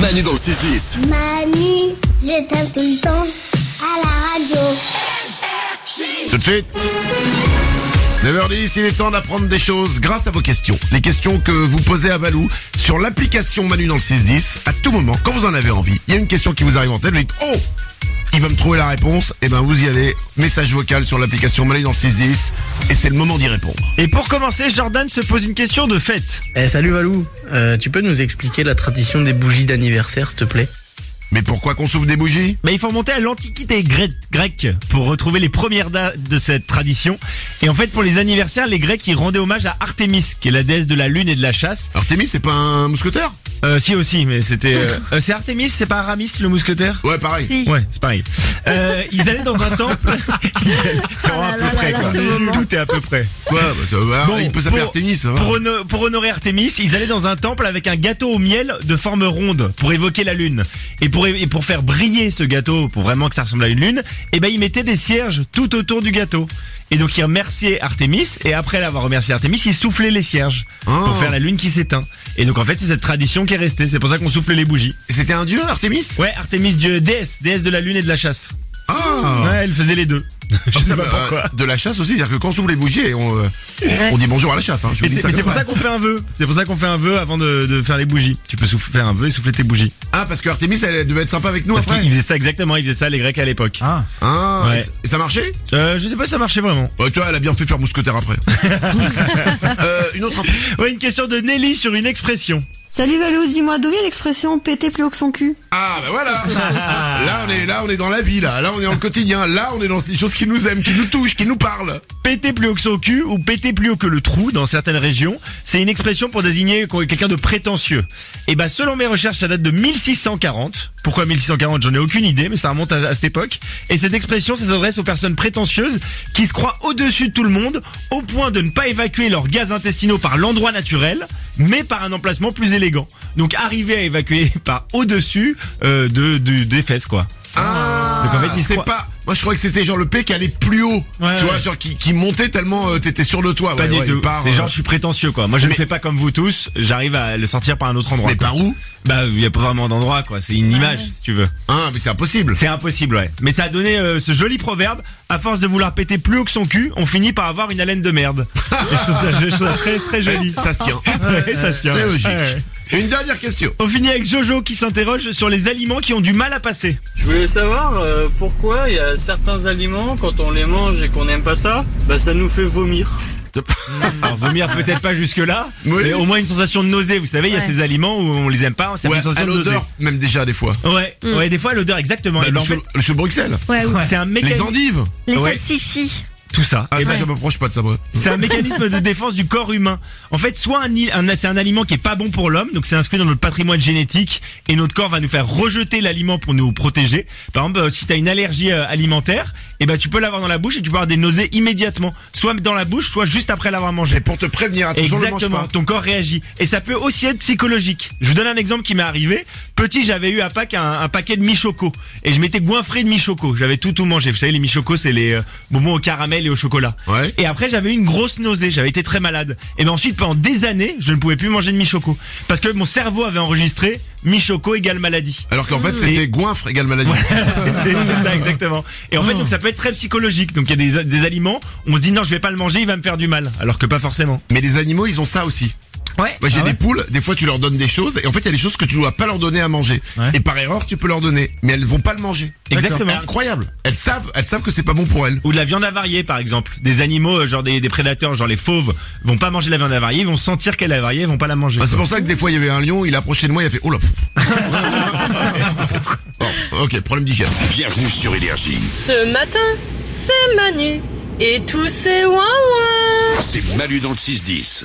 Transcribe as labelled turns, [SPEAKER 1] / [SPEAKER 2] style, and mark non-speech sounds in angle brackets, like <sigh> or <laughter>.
[SPEAKER 1] Manu dans le 6-10.
[SPEAKER 2] Manu, je t'aime tout le temps à la radio.
[SPEAKER 3] Tout de suite 9h10, il est temps d'apprendre des choses grâce à vos questions. Les questions que vous posez à Valou sur l'application Manu dans le 610, à tout moment, quand vous en avez envie, il y a une question qui vous arrive en tête, vous dites « Oh Il va me trouver la réponse », et ben vous y allez, message vocal sur l'application Manu dans le 610, et c'est le moment d'y répondre.
[SPEAKER 4] Et pour commencer, Jordan se pose une question de fête.
[SPEAKER 5] Eh, salut Valou, Euh, tu peux nous expliquer la tradition des bougies d'anniversaire, s'il te plaît
[SPEAKER 3] Mais pourquoi qu'on souffle des bougies
[SPEAKER 4] Mais il faut remonter à l'antiquité gre- grecque pour retrouver les premières dates de cette tradition. Et en fait, pour les anniversaires, les Grecs ils rendaient hommage à Artémis, qui est la déesse de la lune et de la chasse.
[SPEAKER 3] Artemis, c'est pas un mousquetaire
[SPEAKER 4] Euh, si aussi, mais c'était. euh, euh, c'est Artémis, c'est pas Aramis le mousquetaire
[SPEAKER 3] Ouais, pareil.
[SPEAKER 4] Ouais, c'est pareil. Euh, ils allaient dans un temple. Ils allaient- c'est vraiment à peu près quoi. Tout est à peu près.
[SPEAKER 3] Quoi bah, ça va,
[SPEAKER 4] Bon,
[SPEAKER 3] Il peut s'appeler
[SPEAKER 4] pour-
[SPEAKER 3] Artemis, ça va.
[SPEAKER 4] Pour, hono- pour honorer Artémis, ils allaient dans un temple avec un gâteau au miel de forme ronde pour évoquer la lune. Et pour, é- et pour faire briller ce gâteau, pour vraiment que ça ressemble à une lune, eh ben ils mettaient des cierges tout autour du gâteau. Et donc ils remerciaient Artémis, et après l'avoir remercié Artémis, ils soufflaient les cierges
[SPEAKER 3] Oh.
[SPEAKER 4] pour faire la lune qui s'éteint. Et donc en fait, c'est cette tradition qui est restée, c'est pour ça qu'on soufflait les bougies.
[SPEAKER 3] C'était un dieu, Artemis
[SPEAKER 4] Ouais, Artémis, dieu, déesse, déesse de la lune et de la chasse.
[SPEAKER 3] Ah
[SPEAKER 4] Ouais, elle faisait les deux.
[SPEAKER 3] Ah,
[SPEAKER 4] <laughs> Je sais pas
[SPEAKER 3] bah,
[SPEAKER 4] pourquoi.
[SPEAKER 3] euh, De la chasse aussi, c'est-à-dire que quand on s'ouvre les bougies, on, euh, on- on dit bonjour à la chasse. Hein, je vous
[SPEAKER 4] Mais
[SPEAKER 3] dis
[SPEAKER 4] c'est mais c'est
[SPEAKER 3] comme
[SPEAKER 4] pour ça qu'on fait un vœu. C'est pour ça qu'on fait un vœu avant de, de faire les bougies. Tu peux souffler, faire un vœu et souffler tes bougies.
[SPEAKER 3] Ah, parce que Artemis, elle, elle devait être sympa avec nous
[SPEAKER 4] Parce
[SPEAKER 3] après.
[SPEAKER 4] qu'ils faisaient ça exactement, ils faisaient ça les Grecs à l'époque.
[SPEAKER 6] Ah.
[SPEAKER 3] Ah,
[SPEAKER 4] Ouais.
[SPEAKER 3] et c- et ça marchait
[SPEAKER 4] Euh, je sais pas si ça marchait vraiment.
[SPEAKER 3] Ouais, toi, elle a bien fait faire mousquetaire après. euh, une autre info.
[SPEAKER 4] Ouais, une question de Nelly sur une expression.
[SPEAKER 7] Salut Valou, dis-moi d'où vient l'expression péter plus haut que son cul
[SPEAKER 3] Ah, bah
[SPEAKER 4] <laughs>
[SPEAKER 3] voilà. là, on est, là, on est dans la vie, là. Là, on est dans le quotidien. Là, on est dans les choses qui nous aiment, qui nous touchent, qui nous parlent.
[SPEAKER 4] Péter plus haut que son cul ou péter plus haut que le trou dans certaines régions, c'est une expression pour désigner qu'on- quelqu'un de prétentieux. Et bah selon mes recherches, ça date de 1640. Pourquoi 1640 J'en ai aucune idée, mais ça remonte à, à cette époque. Et cette expression, ça s'adresse aux personnes prétentieuses qui se croient au-dessus de tout le monde, au point de ne pas évacuer leurs gaz intestinaux par l'endroit naturel, mais par un emplacement plus élégant. Donc arriver à évacuer <laughs> par au-dessus euh, de, de- des fesses, quoi.
[SPEAKER 3] Ah.
[SPEAKER 4] Donc, en fait, ils se
[SPEAKER 3] c'est
[SPEAKER 4] croient-
[SPEAKER 3] pas. Moi, je crois que c'était genre le P qui allait plus haut.
[SPEAKER 4] Ouais,
[SPEAKER 3] tu vois,
[SPEAKER 4] ouais.
[SPEAKER 3] genre qui, qui montait tellement euh, t'étais sur le toit.
[SPEAKER 4] Pas
[SPEAKER 3] Ouais,
[SPEAKER 4] du
[SPEAKER 3] ouais,
[SPEAKER 4] tout.
[SPEAKER 3] il part,
[SPEAKER 4] C'est
[SPEAKER 3] euh,
[SPEAKER 4] genre, je suis prétentieux, quoi. Moi, je ne fais pas comme vous tous. J'arrive à le sortir par un autre endroit.
[SPEAKER 3] Mais
[SPEAKER 4] quoi.
[SPEAKER 3] par où
[SPEAKER 4] Bah, il y a pas vraiment d'endroit, quoi. C'est une image, si tu veux.
[SPEAKER 3] Ah, mais c'est impossible.
[SPEAKER 4] C'est impossible, ouais. Mais ça a donné euh, ce joli proverbe. À force de vouloir péter plus haut que son cul, on finit par avoir une haleine
[SPEAKER 3] <laughs>
[SPEAKER 4] de merde. Et je trouve ça, je trouve ça très, très joli.
[SPEAKER 3] Eh, Ça se tient.
[SPEAKER 4] <laughs> Ouais, ça se tient.
[SPEAKER 3] C'est logique.
[SPEAKER 4] Ouais.
[SPEAKER 3] Et Une dernière question.
[SPEAKER 4] On finit avec Jojo qui s'interroge sur les aliments qui ont du mal à passer.
[SPEAKER 8] Je voulais savoir euh, pourquoi il y a certains aliments, quand on les mange et qu'on n'aime pas ça, bah ça nous fait vomir.
[SPEAKER 4] Alors, vomir peut-être pas jusque là,
[SPEAKER 3] Oui.
[SPEAKER 4] mais au moins une sensation de nausée. Vous savez, il y a ces aliments où on les aime pas, c'est
[SPEAKER 3] Ouais,
[SPEAKER 4] une
[SPEAKER 3] à
[SPEAKER 4] sensation de nausée.
[SPEAKER 3] l'odeur, même déjà des fois.
[SPEAKER 4] Ouais, ouais, des fois l'odeur exactement.
[SPEAKER 3] Bah,
[SPEAKER 4] Et
[SPEAKER 3] le,
[SPEAKER 4] en fait,
[SPEAKER 3] chou, le chou de Bruxelles.
[SPEAKER 7] Ouais,
[SPEAKER 4] c'est un
[SPEAKER 3] Les
[SPEAKER 4] mécanisme.
[SPEAKER 3] endives.
[SPEAKER 7] Les
[SPEAKER 4] Ouais.
[SPEAKER 7] salsifis.
[SPEAKER 4] Tout ça.
[SPEAKER 3] Ah,
[SPEAKER 4] Et
[SPEAKER 3] ça,
[SPEAKER 4] ben,
[SPEAKER 3] je m'approche pas de ça, moi.
[SPEAKER 4] C'est un mécanisme de défense du corps humain. En fait, soit un, i- un- c'est un aliment qui est pas bon pour l'homme, donc c'est inscrit dans notre patrimoine génétique et notre corps va nous faire rejeter l'aliment pour nous protéger. Par exemple, euh, si t'as une allergie euh, alimentaire, eh ben tu peux l'avoir dans la bouche et tu peux avoir des nausées immédiatement, soit dans la bouche, soit juste après l'avoir mangé.
[SPEAKER 3] C'est pour te prévenir, attention, le mange
[SPEAKER 4] Exactement,
[SPEAKER 3] pas.
[SPEAKER 4] ton corps réagit. Et ça peut aussi être psychologique. Je vous donne un exemple qui m'est arrivé. Petit, j'avais eu à Pâques un, un paquet de michoco. Et je m'étais goinfré de michoco. J'avais tout tout mangé. Vous savez, les michoco, c'est les euh, bonbons au caramel et au chocolat.
[SPEAKER 3] Ouais.
[SPEAKER 4] Et après, j'avais eu une grosse nausée. J'avais été très malade. Et ben ensuite, pendant des années, je ne pouvais plus manger de michoco. Parce que mon cerveau avait enregistré michoco égale maladie. <laughs>
[SPEAKER 3] Alors qu'en fait, c'était goinfre égale maladie.
[SPEAKER 4] c'est c'est ça, exactement. Et en fait, donc ça peut être très psychologique. Donc il y a des, des aliments, on se dit non, je vais pas le manger, il va me faire du mal. Alors que pas forcément.
[SPEAKER 3] Mais les animaux, ils ont ça aussi.
[SPEAKER 4] Ouais.
[SPEAKER 3] Moi, j'ai des poules, des fois, tu leur donnes des choses, et en fait, il y a des choses que tu dois pas leur donner à manger.
[SPEAKER 4] Ouais.
[SPEAKER 3] Et par erreur, tu peux leur donner, mais elles vont pas le manger.
[SPEAKER 4] Exactement.
[SPEAKER 3] C'est incroyable. Elles savent, elles savent que c'est pas bon pour elles.
[SPEAKER 4] Ou de la viande avariée par exemple. Des animaux, euh, genre des, des prédateurs, genre les fauves, vont pas manger la viande avariée, ils vont sentir qu'elle est avariée, ils vont pas la manger.
[SPEAKER 3] Ah, c'est
[SPEAKER 4] quoi.
[SPEAKER 3] pour ça que des fois, il y avait un lion, il approchait de moi, il a fait,
[SPEAKER 4] <laughs>
[SPEAKER 3] oh là. <laughs> pff. bon, ok, problème d'hygiène.
[SPEAKER 1] Bienvenue sur Énergie.
[SPEAKER 9] Ce matin, c'est Manu et tous ces ouin
[SPEAKER 1] C'est Manu dans le 6-10.